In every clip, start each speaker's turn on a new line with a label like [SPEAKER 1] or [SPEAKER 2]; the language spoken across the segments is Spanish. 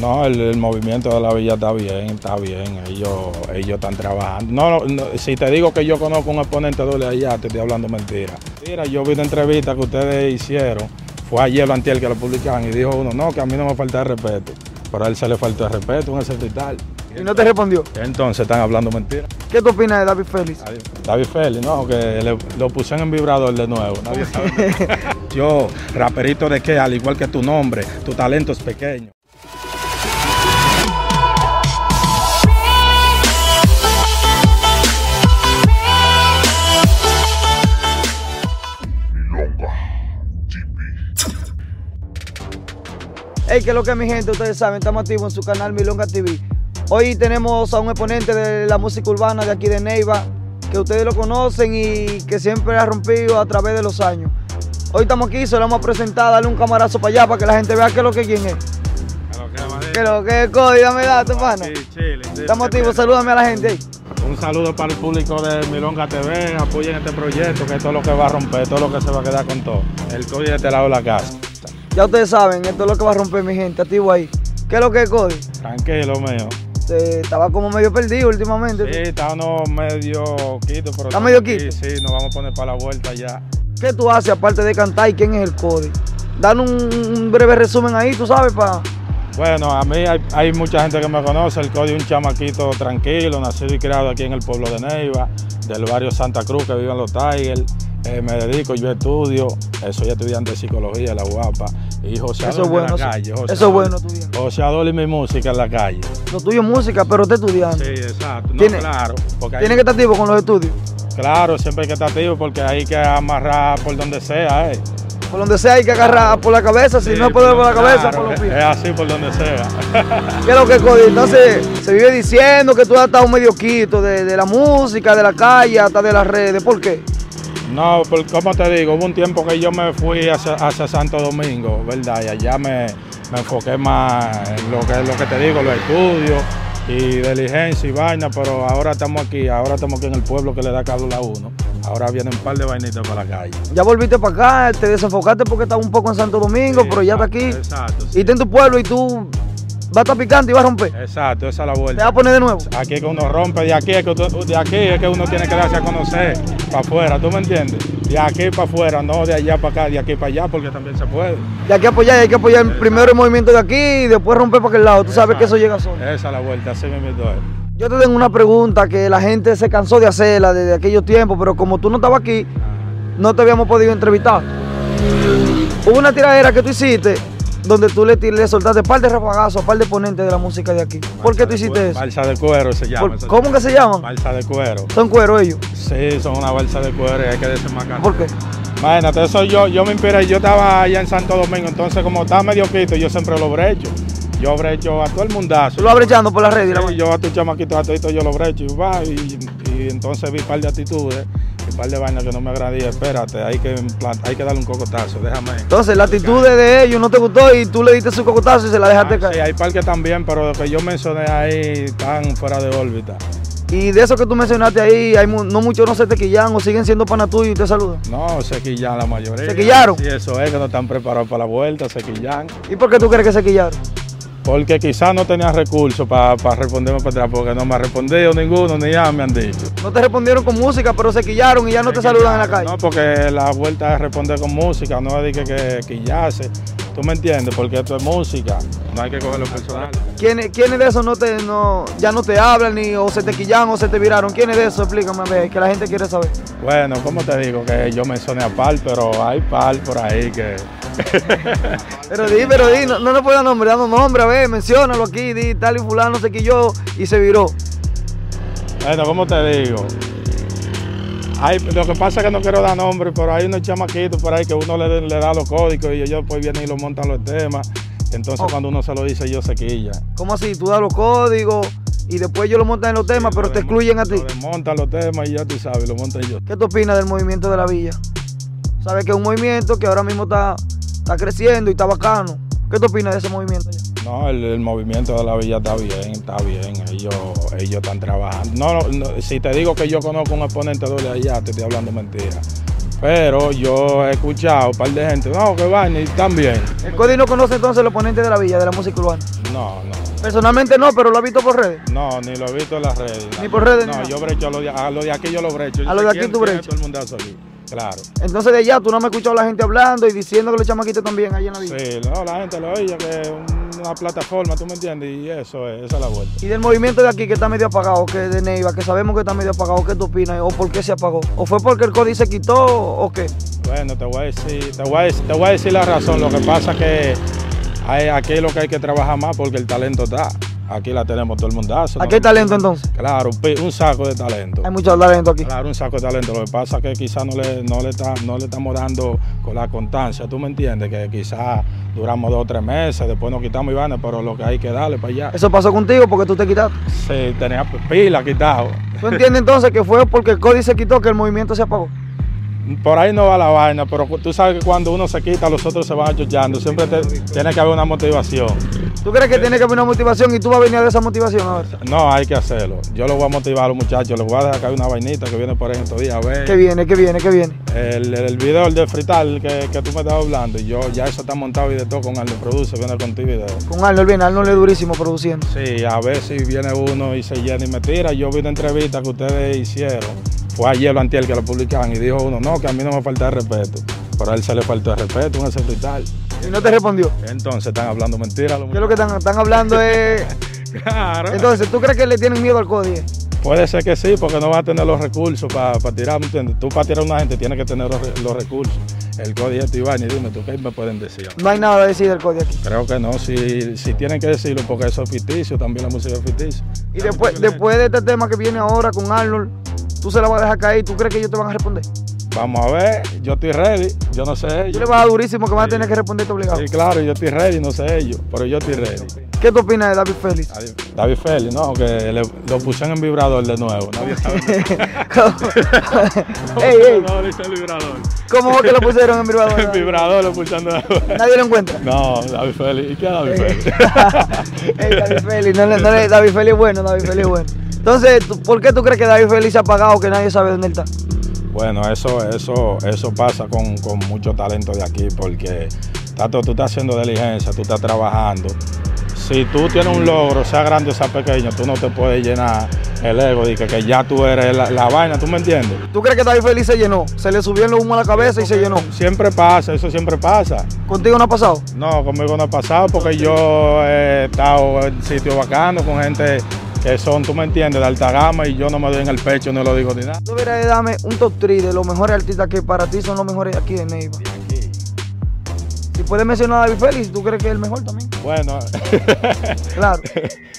[SPEAKER 1] No, el, el, movimiento de la villa está bien, está bien. Ellos, ellos están trabajando. No, no, si te digo que yo conozco un exponente doble allá, te estoy hablando mentira. Mira, yo vi una entrevista que ustedes hicieron, fue ayer o antier que lo publicaron y dijo uno, no, que a mí no me falta el respeto. Pero a él se le faltó el respeto en el secretario.
[SPEAKER 2] ¿Y no te respondió?
[SPEAKER 1] Entonces están hablando mentira.
[SPEAKER 2] ¿Qué tú opinas de David Félix?
[SPEAKER 1] David, David Félix, no, que le, lo pusieron en vibrador de nuevo. Nadie sabe. yo, raperito de qué, al igual que tu nombre, tu talento es pequeño.
[SPEAKER 2] Hey, que lo que mi gente, ustedes saben, estamos activos en su canal Milonga TV. Hoy tenemos a un exponente de la música urbana de aquí de Neiva, que ustedes lo conocen y que siempre ha rompido a través de los años. Hoy estamos aquí, se lo vamos a presentar, darle un camarazo para allá para que la gente vea qué es lo que quién es. Que lo que es, Cody, dame dato, pana. Estamos activos, salúdame a la gente.
[SPEAKER 1] Un saludo para el público de Milonga TV, apoyen este proyecto, que esto es lo que va a romper, todo lo que se va a quedar con todo. El Cody de este lado de la casa.
[SPEAKER 2] Ya ustedes saben, esto es lo que va a romper mi gente, activo ahí. ¿Qué es lo que es, Cody?
[SPEAKER 1] Tranquilo, mío.
[SPEAKER 2] Eh, estaba como medio perdido últimamente.
[SPEAKER 1] Sí, estaba no, medio quito, pero...
[SPEAKER 2] ¿Está medio quito?
[SPEAKER 1] Sí, nos vamos a poner para la vuelta ya.
[SPEAKER 2] ¿Qué tú haces aparte de cantar y quién es el Cody? Dan un, un breve resumen ahí, tú sabes, para...
[SPEAKER 1] Bueno, a mí hay, hay, mucha gente que me conoce. El Cody es un chamaquito tranquilo, nacido y criado aquí en el pueblo de Neiva, del barrio Santa Cruz, que viven los Tigers. Eh, me dedico, yo estudio, eh, soy estudiante de psicología de la guapa. Y José
[SPEAKER 2] eso es bueno,
[SPEAKER 1] en la calle. José
[SPEAKER 2] eso es bueno tu día.
[SPEAKER 1] José Adol y mi música en la calle.
[SPEAKER 2] Lo tuyo es música, pero usted estudiando.
[SPEAKER 1] Sí, exacto. No, ¿Tiene, claro.
[SPEAKER 2] Porque tiene hay... que estar activo con los estudios.
[SPEAKER 1] Claro, siempre hay que estar activo porque hay que amarrar por donde sea, eh.
[SPEAKER 2] Por donde sea hay que agarrar por la cabeza, si sí, no por, por la cabeza, claro, por los pies.
[SPEAKER 1] Es así por donde sea.
[SPEAKER 2] ¿Qué es lo que Cody? Entonces se vive diciendo que tú has estado medio quito de, de la música, de la calle, hasta de las redes. ¿Por qué?
[SPEAKER 1] No, porque como te digo, hubo un tiempo que yo me fui hacia, hacia Santo Domingo, ¿verdad? Y allá me, me, enfoqué más en lo que, lo que te digo, los estudios y diligencia y vaina, pero ahora estamos aquí, ahora estamos aquí en el pueblo que le da calor a uno. Ahora vienen un par de vainitas para la calle.
[SPEAKER 2] Ya volviste para acá, te desenfocaste porque estás un poco en Santo Domingo, sí, pero ya exacto, está aquí.
[SPEAKER 1] Exacto.
[SPEAKER 2] Sí. Y está en tu pueblo y tú va a estar picante y va a romper.
[SPEAKER 1] Eh. Exacto, esa es la vuelta.
[SPEAKER 2] Te va a poner de nuevo.
[SPEAKER 1] Aquí es que uno rompe, de aquí es que, de aquí es que uno tiene que darse a conocer para afuera, ¿tú me entiendes? De aquí para afuera, no de allá para acá, de aquí para allá, porque también se puede.
[SPEAKER 2] De aquí apoyar, hay que apoyar Exacto. primero el movimiento de aquí y después romper para aquel lado. Tú sabes Exacto. que eso llega solo.
[SPEAKER 1] Esa es la vuelta, así me meto
[SPEAKER 2] Yo te tengo una pregunta que la gente se cansó de hacerla desde aquellos tiempos, pero como tú no estabas aquí, no te habíamos podido entrevistar. Hubo una tiradera que tú hiciste donde tú le, le soltaste par de rafagazos, par de ponentes de la música de aquí. Balsa ¿Por qué tú hiciste
[SPEAKER 1] cuero,
[SPEAKER 2] eso?
[SPEAKER 1] Balsa de cuero se llama. Por,
[SPEAKER 2] ¿Cómo que se llama?
[SPEAKER 1] Balsa de cuero.
[SPEAKER 2] ¿Son cuero ellos?
[SPEAKER 1] Sí, son una balsa de cuero y hay que desenmascarar.
[SPEAKER 2] ¿Por qué?
[SPEAKER 1] Imagínate, eso yo, yo me inspiré, yo estaba allá en Santo Domingo, entonces como estaba medio quito, yo siempre lo brecho. Yo brecho a todo el mundazo.
[SPEAKER 2] ¿Lo brechando por las redes?
[SPEAKER 1] Sí, yo a tu chamaquito, a todo yo lo brecho y va, y, y entonces vi un par de actitudes un par de vainas que no me agradía, espérate, hay que, hay que darle un cocotazo, déjame.
[SPEAKER 2] Entonces, la actitud de ellos no te gustó y tú le diste su cocotazo y se la dejaste ah, caer.
[SPEAKER 1] Sí, hay par que también, pero lo que yo mencioné ahí están fuera de órbita.
[SPEAKER 2] Y de eso que tú mencionaste ahí, hay, no muchos no se tequillan o siguen siendo pana tuyos y te saludan.
[SPEAKER 1] No, se quillan la mayoría.
[SPEAKER 2] ¿Se quillaron?
[SPEAKER 1] Sí, eso es, que no están preparados para la vuelta, se quillan.
[SPEAKER 2] ¿Y por qué tú crees que se quillaron?
[SPEAKER 1] porque quizás no tenía recursos para pa responderme para atrás, porque no me ha respondido ninguno, ni ya me han dicho.
[SPEAKER 2] No te respondieron con música, pero se quillaron y ya no se te saludan en la calle.
[SPEAKER 1] No, porque la vuelta es responder con música, no es de que, quillarse. ¿Tú me entiendes? Porque esto es música, no hay que coger lo personal.
[SPEAKER 2] ¿Quiénes quién de esos no te, no, ya no te hablan, ni o se te quillan o se te viraron? ¿Quiénes de esos? Explícame, a ver, que la gente quiere saber.
[SPEAKER 1] Bueno, como te digo, que yo mencioné a Pal, pero hay Pal por ahí que...
[SPEAKER 2] pero di, pero di, no, no le puedo nombrar, dando nombre, a ver, menciónalo aquí, di, tal y fulano se quilló y se viró.
[SPEAKER 1] Bueno, como te digo, hay, lo que pasa es que no quiero dar nombre, pero hay unos chamaquitos por ahí que uno le, le da los códigos y ellos pues vienen y lo montan los temas. Entonces oh. cuando uno se lo dice, ellos se quillan.
[SPEAKER 2] ¿Cómo así? Tú das los códigos y después ellos lo montan en los temas, sí, pero lo te excluyen a ti.
[SPEAKER 1] Lo montan los temas y ya tú sabes, lo montan yo.
[SPEAKER 2] ¿Qué tú opinas del movimiento de la villa? Sabes que es un movimiento que ahora mismo está, está creciendo y está bacano. ¿Qué tú opinas de ese movimiento allá?
[SPEAKER 1] No, el, el, movimiento de la villa está bien, está bien. Ellos, ellos están trabajando. No, no, si te digo que yo conozco un exponente doble allá, te estoy hablando mentira. Pero yo he escuchado un par de gente, no, que van y están bien.
[SPEAKER 2] ¿El Cody no conoce entonces el oponente de la villa, de la música urbana?
[SPEAKER 1] No, no.
[SPEAKER 2] Personalmente no, pero lo ha visto por redes.
[SPEAKER 1] No, ni lo he visto en las redes.
[SPEAKER 2] Ni por redes, ni
[SPEAKER 1] No,
[SPEAKER 2] nada.
[SPEAKER 1] yo brecho a lo de, a lo de aquí, yo lo brecho. Yo
[SPEAKER 2] A lo
[SPEAKER 1] sé
[SPEAKER 2] de aquí
[SPEAKER 1] quién
[SPEAKER 2] tú
[SPEAKER 1] tiene
[SPEAKER 2] brechas.
[SPEAKER 1] Todo el mundazo aquí. Claro.
[SPEAKER 2] Entonces de allá tú no me has escuchado la gente hablando y diciendo que los chamaquitos también allá en la villa.
[SPEAKER 1] Sí, no, la gente lo oye, que es una plataforma, tú me entiendes, y eso es, esa es la vuelta.
[SPEAKER 2] Y del movimiento de aquí que está medio apagado, que de Neiva, que sabemos que está medio apagado, ¿qué tú opinas? ¿O por qué se apagó? ¿O fue porque el código se quitó o qué?
[SPEAKER 1] Bueno, te voy a decir, te voy a, dec- te voy a decir la razón. Lo que pasa es que hay- aquí es lo que hay que trabajar más porque el talento está. Aquí la tenemos todo el mundazo.
[SPEAKER 2] Aquí hay talento entonces.
[SPEAKER 1] Claro, un pi- un saco de talento.
[SPEAKER 2] Hay mucho talento aquí.
[SPEAKER 1] Claro, un saco de talento. Lo que pasa es que quizás no le, no, le está- no le estamos dando con la constancia, ¿tú me entiendes? Que quizás duramos dos o tres meses, después nos quitamos Iván, pero lo que hay que darle para allá.
[SPEAKER 2] Eso pasó contigo porque tú te quitaste.
[SPEAKER 1] Se tenía pila quitado.
[SPEAKER 2] ¿Tú entiendes entonces que fue porque el código se quitó que el movimiento se apagó?
[SPEAKER 1] Por ahí no va la vaina, pero tú sabes que cuando uno se quita, los otros se van achuchando. Siempre te- tiene que haber una motivación.
[SPEAKER 2] ¿Tú crees que tiene que haber una motivación y tú vas a venir de esa motivación ahora?
[SPEAKER 1] No, hay que hacerlo. Yo lo voy a motivar a los muchachos, les voy a dejar caer una vainita que viene por ahí en estos días. A ver.
[SPEAKER 2] Que viene, que viene, que viene.
[SPEAKER 1] El, el video el de frital que, que tú me estás hablando, yo ya eso está montado y de todo con Aldo Produce, viene con tu video.
[SPEAKER 2] Con Arnold viene, Arnold es durísimo produciendo.
[SPEAKER 1] Sí, a ver si viene uno y se llena y me tira. Yo vi una entrevista que ustedes hicieron, fue ayer lo antier que lo publicaban y dijo uno, no, que a mí no me falta el respeto. Pero a él se le faltó el respeto en ese frital.
[SPEAKER 2] Y no te respondió.
[SPEAKER 1] Entonces están hablando mentiras. los
[SPEAKER 2] ¿Qué es lo que están, están hablando es...
[SPEAKER 1] muchachos. Claro.
[SPEAKER 2] Entonces, ¿tú crees que le tienen miedo al código?
[SPEAKER 1] Puede ser que sí, porque no vas a tener los recursos para tirar. ¿me entiendes? Tú para tirar a una gente tienes que tener los, re- los recursos. El código de Iván y dime tú qué me pueden decir.
[SPEAKER 2] No hay nada a decir del código aquí.
[SPEAKER 1] Creo que no, si, si tienen que decirlo, porque eso es ficticio, también la música es ficticia.
[SPEAKER 2] Y después, después de este tema que viene ahora con Arnold, tú se la vas a dejar caer y tú crees que ellos te van a responder.
[SPEAKER 1] Vamos a ver, yo estoy ready, yo no sé
[SPEAKER 2] Tú
[SPEAKER 1] ellos.
[SPEAKER 2] le vas a dar durísimo que vas a tener que responderte obligado.
[SPEAKER 1] Sí, claro, yo estoy ready, no sé ellos, pero yo estoy ready.
[SPEAKER 2] ¿Qué tú opinas de David Félix?
[SPEAKER 1] David Félix, no, que le- lo pusieron en vibrador de nuevo. Nadie sabe.
[SPEAKER 2] ey, ey,
[SPEAKER 1] No, le hice el vibrador.
[SPEAKER 2] ¿cómo fue que lo pusieron en
[SPEAKER 1] El
[SPEAKER 2] vibrador?
[SPEAKER 1] vibrador lo pusieron de nuevo.
[SPEAKER 2] Nadie lo encuentra.
[SPEAKER 1] No, David Félix, ¿y qué es David Félix?
[SPEAKER 2] Ey, David Félix, no le- no le- David Félix es bueno, David Félix es bueno. Entonces, ¿tú- ¿por qué tú crees que David Félix se ha apagado que nadie sabe dónde él está?
[SPEAKER 1] Bueno, eso, eso, eso pasa con, con mucho talento de aquí, porque Tato, tú estás haciendo diligencia, tú estás trabajando. Si tú tienes un logro, sea grande o sea pequeño, tú no te puedes llenar el ego de que, que ya tú eres la, la vaina, ¿tú me entiendes?
[SPEAKER 2] ¿Tú crees que David Félix se llenó? Se le subió el humo a la cabeza y se llenó.
[SPEAKER 1] Siempre pasa, eso siempre pasa.
[SPEAKER 2] ¿Contigo no ha pasado?
[SPEAKER 1] No, conmigo no ha pasado porque yo he estado en sitios bacanos con gente que son, tú me entiendes, de alta gama y yo no me doy en el pecho, no lo digo ni nada.
[SPEAKER 2] Tú deberías de darme un top 3 de los mejores artistas que para ti son los mejores aquí de Neiva. Si puedes mencionar a David Félix, ¿tú crees que es el mejor también?
[SPEAKER 1] Bueno,
[SPEAKER 2] Claro.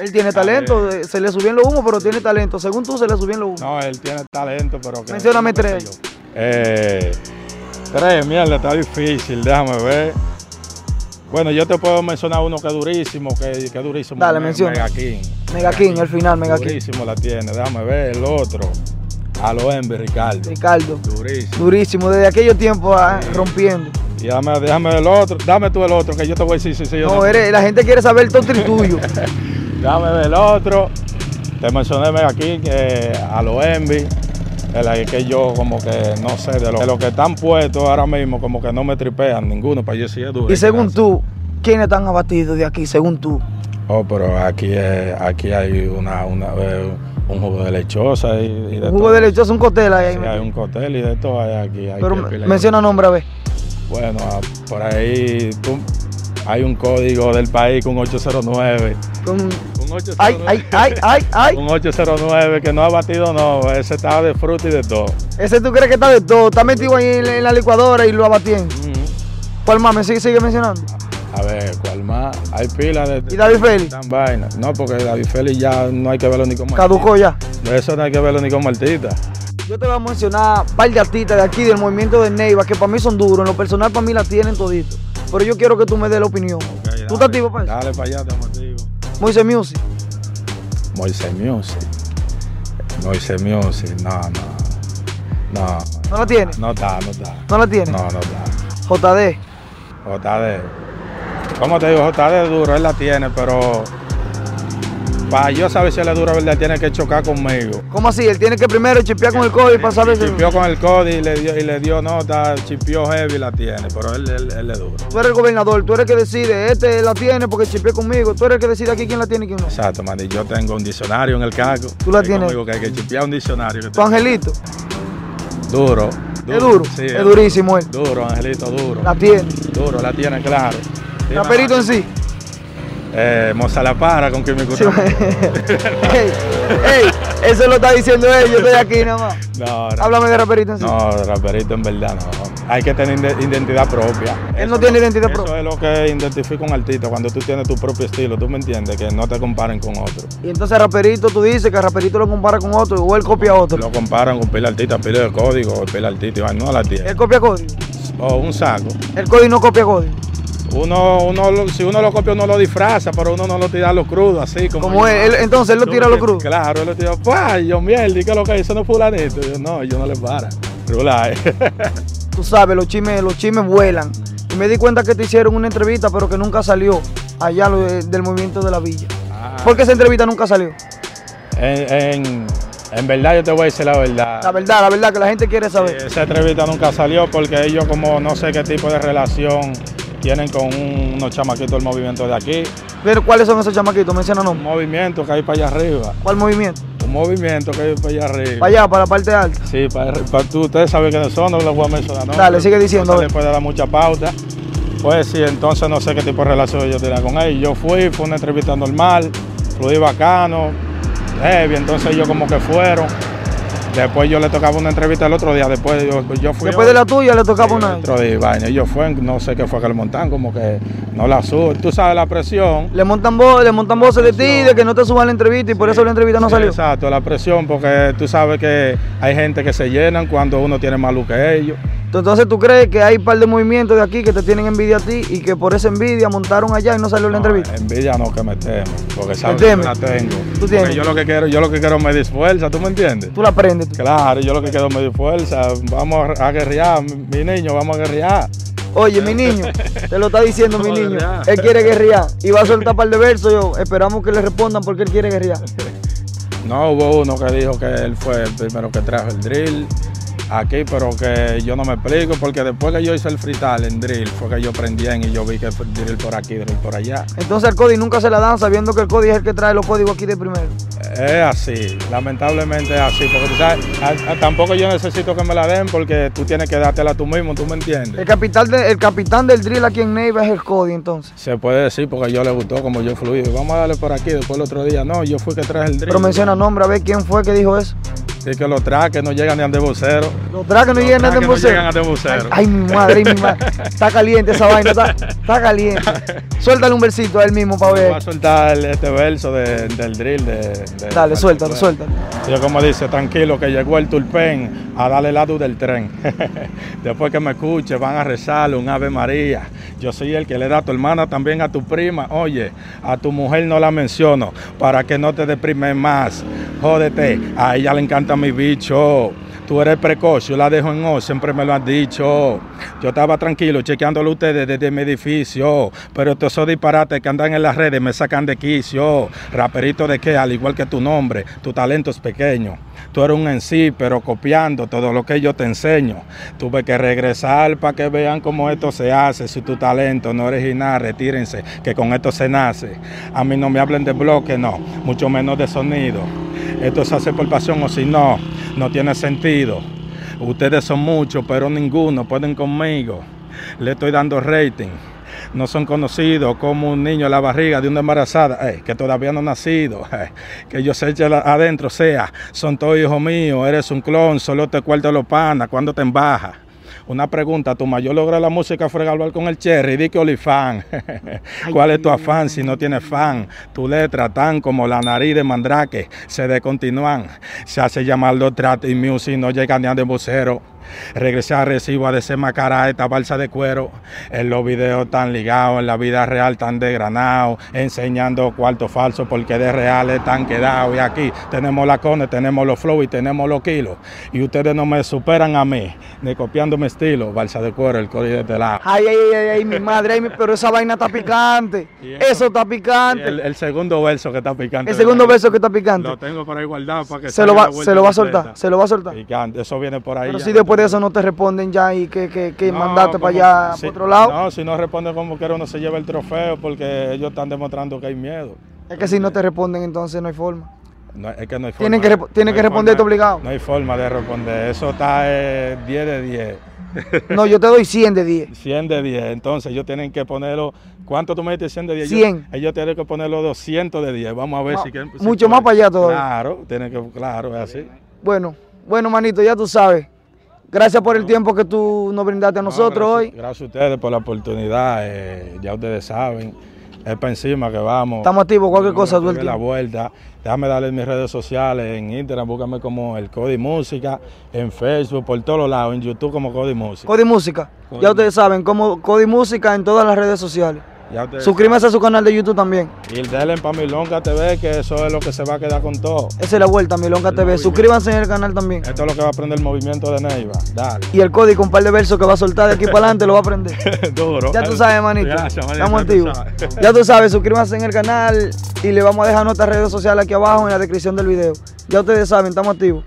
[SPEAKER 2] Él tiene talento, eh, se le subían los humos, pero tiene talento. Según tú, se le subían los humos.
[SPEAKER 1] no, él tiene talento, pero que...
[SPEAKER 2] Mencióname
[SPEAKER 1] qué sé
[SPEAKER 2] tres.
[SPEAKER 1] yo. Eh, tres, mierda, está difícil, déjame ver. Bueno, yo te puedo mencionar uno que es durísimo, que, que es durísimo.
[SPEAKER 2] Dale,
[SPEAKER 1] Me-
[SPEAKER 2] menciona.
[SPEAKER 1] Mega King.
[SPEAKER 2] Mega King, al final, Mega King.
[SPEAKER 1] Durísimo la tiene, déjame ver. El otro, a lo Envy, Ricardo.
[SPEAKER 2] Ricardo.
[SPEAKER 1] Durísimo.
[SPEAKER 2] Durísimo, desde aquellos tiempos ah, rompiendo.
[SPEAKER 1] Y dame, déjame el otro, dame tú el otro, que yo te voy a decir si sí, yo Pues,
[SPEAKER 2] No, eres, la gente quiere saber el top 3 tuyo.
[SPEAKER 1] Dame ver el otro. Te mencioné Mega King, eh, a lo Envy. El ahí que yo como que no sé, de lo, de lo que están puestos ahora mismo, como que no me tripean ninguno, para yo sí es duro.
[SPEAKER 2] Y según tú, ¿quiénes están abatidos de aquí? Según tú.
[SPEAKER 1] Oh, pero aquí, eh, aquí hay una, una, eh, un jugo de lechosa y, y de
[SPEAKER 2] Un jugo
[SPEAKER 1] todo.
[SPEAKER 2] de leche es un cóctel ahí.
[SPEAKER 1] Sí, hay un cóctel y de todo hay aquí. hay
[SPEAKER 2] pero
[SPEAKER 1] que
[SPEAKER 2] me-
[SPEAKER 1] pila-
[SPEAKER 2] menciona nombre a ver.
[SPEAKER 1] Bueno, ah, por ahí tú- hay un código del país con 809.
[SPEAKER 2] Con-
[SPEAKER 1] Un 809.
[SPEAKER 2] Ay, ay, ay, ay, ay.
[SPEAKER 1] Un 809 que no ha batido, no. Ese estaba de fruta y de todo.
[SPEAKER 2] Ese tú crees que está de todo. Está metido ahí en la- en la licuadora y lo abatiendo. ¿Cuál más? Me sigue, sigue mencionando.
[SPEAKER 1] A ver, ¿cuál más? Hay pilas de.
[SPEAKER 2] ¿Y David Félix?
[SPEAKER 1] tan vaina. No, porque David Félix ya no hay que verlo ni como
[SPEAKER 2] Caducó ya.
[SPEAKER 1] artista. Eso no hay que verlo ni como artista.
[SPEAKER 2] Yo te voy a mencionar un par de artistas de aquí del movimiento de Neiva que para mí son duros. En lo personal, para mí la tienen todito. Pero yo quiero que tú me des la opinión. ¿Tú estás activo pues. para eso?
[SPEAKER 1] Dale para allá, te motivo.
[SPEAKER 2] Moise Music.
[SPEAKER 1] Moise Music. Moise Music, no, no. No.
[SPEAKER 2] ¿No la tiene?
[SPEAKER 1] No está, no está.
[SPEAKER 2] ¿No la tiene?
[SPEAKER 1] No, no está.
[SPEAKER 2] JD.
[SPEAKER 1] JD. ¿Cómo te digo? JD es duro, él la tiene, pero Para yo saber si él es duro, verdad, tiene que chocar conmigo.
[SPEAKER 2] ¿Cómo así? Él tiene que primero chipear con el código para saber si.
[SPEAKER 1] Chipió con el Cody y le dio, y le dio nota, chipió heavy la tiene, pero él, él, él es duro.
[SPEAKER 2] Tú eres el gobernador, tú eres el que decide, este la tiene porque chipeé conmigo, tú eres el que decide aquí quién la tiene y quién no.
[SPEAKER 1] Exacto, man, y yo tengo un diccionario en el cargo.
[SPEAKER 2] Tú la
[SPEAKER 1] Ahí
[SPEAKER 2] tienes.
[SPEAKER 1] conmigo que hay que chipear un diccionario. que
[SPEAKER 2] Tu
[SPEAKER 1] tengo.
[SPEAKER 2] angelito,
[SPEAKER 1] Duro.
[SPEAKER 2] es duro,
[SPEAKER 1] Sí,
[SPEAKER 2] es durísimo él,
[SPEAKER 1] Duro, Angelito, duro.
[SPEAKER 2] la tiene.
[SPEAKER 1] Duro, la tiene, claro. Tiene-
[SPEAKER 2] Raperito en sí.
[SPEAKER 1] Eh, Moza la para con quien me
[SPEAKER 2] Sí,
[SPEAKER 1] gusta.
[SPEAKER 2] man. ey, ey, eso lo está diciendo él, yo estoy aquí nada más.
[SPEAKER 1] No, no.
[SPEAKER 2] Háblame de raperito en sí.
[SPEAKER 1] No, raperito en verdad no. Hay que tener inde- identidad propia.
[SPEAKER 2] Él
[SPEAKER 1] Eso
[SPEAKER 2] no tiene
[SPEAKER 1] es lo-
[SPEAKER 2] identidad
[SPEAKER 1] Eso
[SPEAKER 2] propia.
[SPEAKER 1] es lo que identifica un artista, cuando tú tienes tu propio estilo, tú me entiendes, que no te comparen con otro.
[SPEAKER 2] Y entonces raperito, tú dices que raperito lo compara con otro o él copia a otro.
[SPEAKER 1] Lo comparan con pila artista, pila de código, pila artista, y van, no la tiene.
[SPEAKER 2] Él copia a Cody.
[SPEAKER 1] O un saco.
[SPEAKER 2] El Cody no copia a Cody.
[SPEAKER 1] Uno, uno, lo- si uno lo copia, uno lo disfraza, pero uno no lo tira a lo crudo, así como.
[SPEAKER 2] Como
[SPEAKER 1] yo.
[SPEAKER 2] él, él- entonces él lo
[SPEAKER 1] Tú
[SPEAKER 2] tira a
[SPEAKER 1] me
[SPEAKER 2] lo
[SPEAKER 1] entiendes,
[SPEAKER 2] cruz.
[SPEAKER 1] Claro, él lo tira, ¡pay! Yo mierda, ¿y qué es lo que hizo? No fulanito. Y Yo, no, yo no le para. Rula,
[SPEAKER 2] Tú sabes, los chimes, los chimes vuelan. Y me di cuenta que te hicieron una entrevista, pero que nunca salió allá lo de- del movimiento de la villa.
[SPEAKER 1] Ah.
[SPEAKER 2] ¿Por qué esa entrevista nunca salió?
[SPEAKER 1] En, en, en verdad yo te voy a decir la verdad.
[SPEAKER 2] La verdad, la verdad que la gente quiere saber.
[SPEAKER 1] Esa entrevista nunca salió porque ellos como no sé qué tipo de relación tienen con un- unos chamaquitos del movimiento de aquí.
[SPEAKER 2] Pero ¿cuáles son esos chamaquitos? Menciona
[SPEAKER 1] Un
[SPEAKER 2] nombre.
[SPEAKER 1] movimiento que hay para allá arriba.
[SPEAKER 2] ¿Cuál movimiento?
[SPEAKER 1] Un movimiento que hay para allá arriba.
[SPEAKER 2] Para allá, para la parte alta.
[SPEAKER 1] Sí, para, para tú, ustedes saben quiénes son, no les voy a mencionar. ¿no?
[SPEAKER 2] Dale, sigue diciendo, a
[SPEAKER 1] No se les
[SPEAKER 2] ver.
[SPEAKER 1] puede dar mucha pauta. Pues sí, entonces no sé qué tipo de relación yo tenía con ellos. Yo fui, fue una entrevista normal, fluí bacano, heavy, entonces ellos como que fueron. Después yo le tocaba una entrevista el otro día, después yo, yo fui.
[SPEAKER 2] Después de la tuya le tocaba
[SPEAKER 1] Sí,
[SPEAKER 2] una.
[SPEAKER 1] Dentro de vaina. Ellos fueron, no sé qué fue que le montaron, como que no la suben. Tú sabes la presión.
[SPEAKER 2] Le montan, vo- le montan voces de ti, de que no te suban la entrevista y por eso la entrevista no
[SPEAKER 1] Ah, Sí,
[SPEAKER 2] salió.
[SPEAKER 1] Exacto, la presión, porque tú sabes que hay gente que se llenan cuando uno tiene más luz que ellos.
[SPEAKER 2] Entonces tú crees que hay un par de movimientos de aquí que te tienen envidia a ti y que por esa envidia montaron allá y no salió la
[SPEAKER 1] No,
[SPEAKER 2] entrevista.
[SPEAKER 1] Ah, envidia no que me temo, porque sabes
[SPEAKER 2] teme?
[SPEAKER 1] que yo la tengo.
[SPEAKER 2] Tú
[SPEAKER 1] Porque
[SPEAKER 2] tienes.
[SPEAKER 1] yo lo que quiero, yo lo que quiero me disfuerza, ¿tú me entiendes?
[SPEAKER 2] Tú la aprendes. tú.
[SPEAKER 1] Claro, yo lo que quiero me disfuerza. Vamos a guerrear, mi- mi niño, vamos a guerrear.
[SPEAKER 2] Oye, mi niño, te lo está diciendo mi
[SPEAKER 1] Vamos a
[SPEAKER 2] niño.
[SPEAKER 1] guerrear.
[SPEAKER 2] Él quiere guerrear y va a soltar un par de versos. Yo esperamos que le respondan porque él quiere guerrear.
[SPEAKER 1] No, hubo uno que dijo que él fue el primero que trajo el drill aquí, pero que yo no me explico, porque después que yo hice el freestyle en drill, fue que yo prendí en y yo vi que fue drill por aquí, drill por allá.
[SPEAKER 2] Entonces el Cody nunca se la dan sabiendo que el Cody es el que trae los códigos aquí de primero.
[SPEAKER 1] Es así, lamentablemente es así, porque tú sabes, a- a- tampoco yo necesito que me la den porque tú tienes que dártela tú mismo, tú me
[SPEAKER 2] El,
[SPEAKER 1] entiendes.
[SPEAKER 2] capital de- el capitán del drill aquí en Neiva es el Cody entonces.
[SPEAKER 1] Se puede decir porque yo le gustó como yo fluí. Vamos a darle por aquí, después el otro día, no, yo fui que traje el drill.
[SPEAKER 2] Pero menciona nombre, a ver quién fue que dijo eso.
[SPEAKER 1] Y que lo traje, que no llegan ni al de vocero.
[SPEAKER 2] Los trajes no
[SPEAKER 1] Los
[SPEAKER 2] llegan
[SPEAKER 1] trajes
[SPEAKER 2] de
[SPEAKER 1] no llegan a de
[SPEAKER 2] ay,
[SPEAKER 1] vocero.
[SPEAKER 2] ay, mi madre, ay, mi madre. Está caliente esa vaina, está, está caliente. Suéltale un versito a él mismo para
[SPEAKER 1] Voy a
[SPEAKER 2] ver.
[SPEAKER 1] soltar el- este verso de- del drill de. de-
[SPEAKER 2] Dale, suéltalo, suéltalo.
[SPEAKER 1] Yo como dice, tranquilo, que llegó el tulpen a darle la luz del tren. Después que me escuche, van a rezarle un Ave María. Yo soy el que le da a tu hermana, también a tu prima. Oye, a tu mujer no la menciono, para que no te deprimes más. Jódete, a ella le encanta mi bicho. Tú eres precoz, yo la dejo en O, siempre me lo han dicho. Yo estaba tranquilo chequeándolo a ustedes desde mi edificio, pero estos son disparates que andan en las redes me sacan de quicio. Raperito de que, al igual que tu nombre, tu talento es pequeño. Tú eres un en sí, pero copiando todo lo que yo te enseño. Tuve que regresar para que vean cómo esto se hace. Si tu talento no es original, retírense, que con esto se nace. A mí no me hablen de bloque, no, mucho menos de sonido. Esto se hace por pasión o si no, no tiene sentido. Ustedes son muchos, pero ninguno pueden conmigo. Le estoy dando rating. No son conocidos como un niño en la barriga de una embarazada eh, que todavía no ha nacido. eh, que yo se eche la- adentro, o sea, son todos hijos míos. Eres un clon, solo te cuelto los panas cuando te embajas. Una pregunta, tu mayor logro de la música fue grabar con el Cherry, di que Olifán. ¿Cuál es tu afán si no tienes fan? Tu letra tan como la nariz de Mandrake, se descontinúan. Se hace llamar los trap y music, no llega ni a de vocero. Regresé a Recibo a desemacarar esta balsa de cuero. En los videos tan ligados, en la vida real tan desgranado, enseñando cuarto falso porque de reales tan quedados. Y aquí tenemos la cone, tenemos los flow y tenemos los kilos. Y ustedes no me superan a mí, ni copiando mi estilo. Balsa de cuero, el código de este lado.
[SPEAKER 2] Ay, ay, ay, ay, mi madre, ay, mi- pero esa vaina está picante.
[SPEAKER 1] Y eso-
[SPEAKER 2] Eso está
[SPEAKER 1] Y
[SPEAKER 2] picante.
[SPEAKER 1] El, el segundo verso que está picante.
[SPEAKER 2] El segundo
[SPEAKER 1] ¿verdad?
[SPEAKER 2] verso que está picante.
[SPEAKER 1] Lo tengo por ahí guardado para que
[SPEAKER 2] Se lo,
[SPEAKER 1] salga la
[SPEAKER 2] va,
[SPEAKER 1] vuelta
[SPEAKER 2] se lo va a
[SPEAKER 1] completa.
[SPEAKER 2] soltar, se lo va a soltar.
[SPEAKER 1] Picante, eso viene por ahí.
[SPEAKER 2] Pero
[SPEAKER 1] ya,
[SPEAKER 2] si
[SPEAKER 1] no
[SPEAKER 2] después de
[SPEAKER 1] tengo-
[SPEAKER 2] eso no te responden ya y que, que, que
[SPEAKER 1] No,
[SPEAKER 2] mandaste
[SPEAKER 1] como-
[SPEAKER 2] para allá,
[SPEAKER 1] si-
[SPEAKER 2] para otro lado,
[SPEAKER 1] No, si no responde como quiera uno se lleva el trofeo porque ellos están demostrando que hay miedo.
[SPEAKER 2] es que si no te responden entonces no hay forma.
[SPEAKER 1] No, es que no hay
[SPEAKER 2] Tienen
[SPEAKER 1] forma.
[SPEAKER 2] que repo- tienen
[SPEAKER 1] no
[SPEAKER 2] que
[SPEAKER 1] hay
[SPEAKER 2] responderte
[SPEAKER 1] forma-
[SPEAKER 2] obligado.
[SPEAKER 1] No hay forma de responder. Eso está eh, 10 de 10.
[SPEAKER 2] No, yo te doy 100 de 10.
[SPEAKER 1] 100 de 10. Entonces ellos tienen que ponerlo. ¿Cuánto tú me diste 100 de 10? Ellos-
[SPEAKER 2] 100.
[SPEAKER 1] Ellos, tienen que ponerlo 200 de 10. Vamos a ver
[SPEAKER 2] Ma-
[SPEAKER 1] si, quieren- si
[SPEAKER 2] mucho más
[SPEAKER 1] pueden.
[SPEAKER 2] para allá todavía.
[SPEAKER 1] Claro, tienen que, claro, es así.
[SPEAKER 2] Bueno, bueno, manito, ya tú sabes. Gracias por el tiempo que tú nos brindaste a
[SPEAKER 1] No,
[SPEAKER 2] nosotros
[SPEAKER 1] gracias-
[SPEAKER 2] hoy.
[SPEAKER 1] Gracias a ustedes por la oportunidad. eh, ya ustedes saben. Es para encima que vamos.
[SPEAKER 2] Estamos activos, cualquier
[SPEAKER 1] Vamos
[SPEAKER 2] cosa,
[SPEAKER 1] a
[SPEAKER 2] tú el
[SPEAKER 1] darle la
[SPEAKER 2] tiempo.
[SPEAKER 1] vuelta. Déjame darle mis redes sociales en Instagram, búscame como el Cody Música, en Facebook, por todos lados, en YouTube como Cody Música.
[SPEAKER 2] Cody Música.
[SPEAKER 1] Cody
[SPEAKER 2] Ya ustedes saben, como Cody Música en todas las redes sociales.
[SPEAKER 1] Ya ustedes
[SPEAKER 2] Suscríbase a su canal de YouTube también.
[SPEAKER 1] saben. Y denle pa' Milonga TV, que eso es lo que se va a quedar con todo.
[SPEAKER 2] Esa es la vuelta, Milonga TV.
[SPEAKER 1] movimiento.
[SPEAKER 2] Suscríbanse en el canal también.
[SPEAKER 1] Esto es lo que va a aprender el movimiento de Neiva. Dale.
[SPEAKER 2] Y el Cody con un par de versos que va a soltar de aquí para adelante lo va a aprender.
[SPEAKER 1] Duro.
[SPEAKER 2] Ya tú sabes, manito.
[SPEAKER 1] Gracias, manito,
[SPEAKER 2] Estamos
[SPEAKER 1] ya tú
[SPEAKER 2] activos.
[SPEAKER 1] sabes.
[SPEAKER 2] Ya tú sabes, suscríbanse en el canal y le vamos a dejar nuestras redes sociales aquí abajo en la descripción del video. Ya ustedes saben, estamos activos.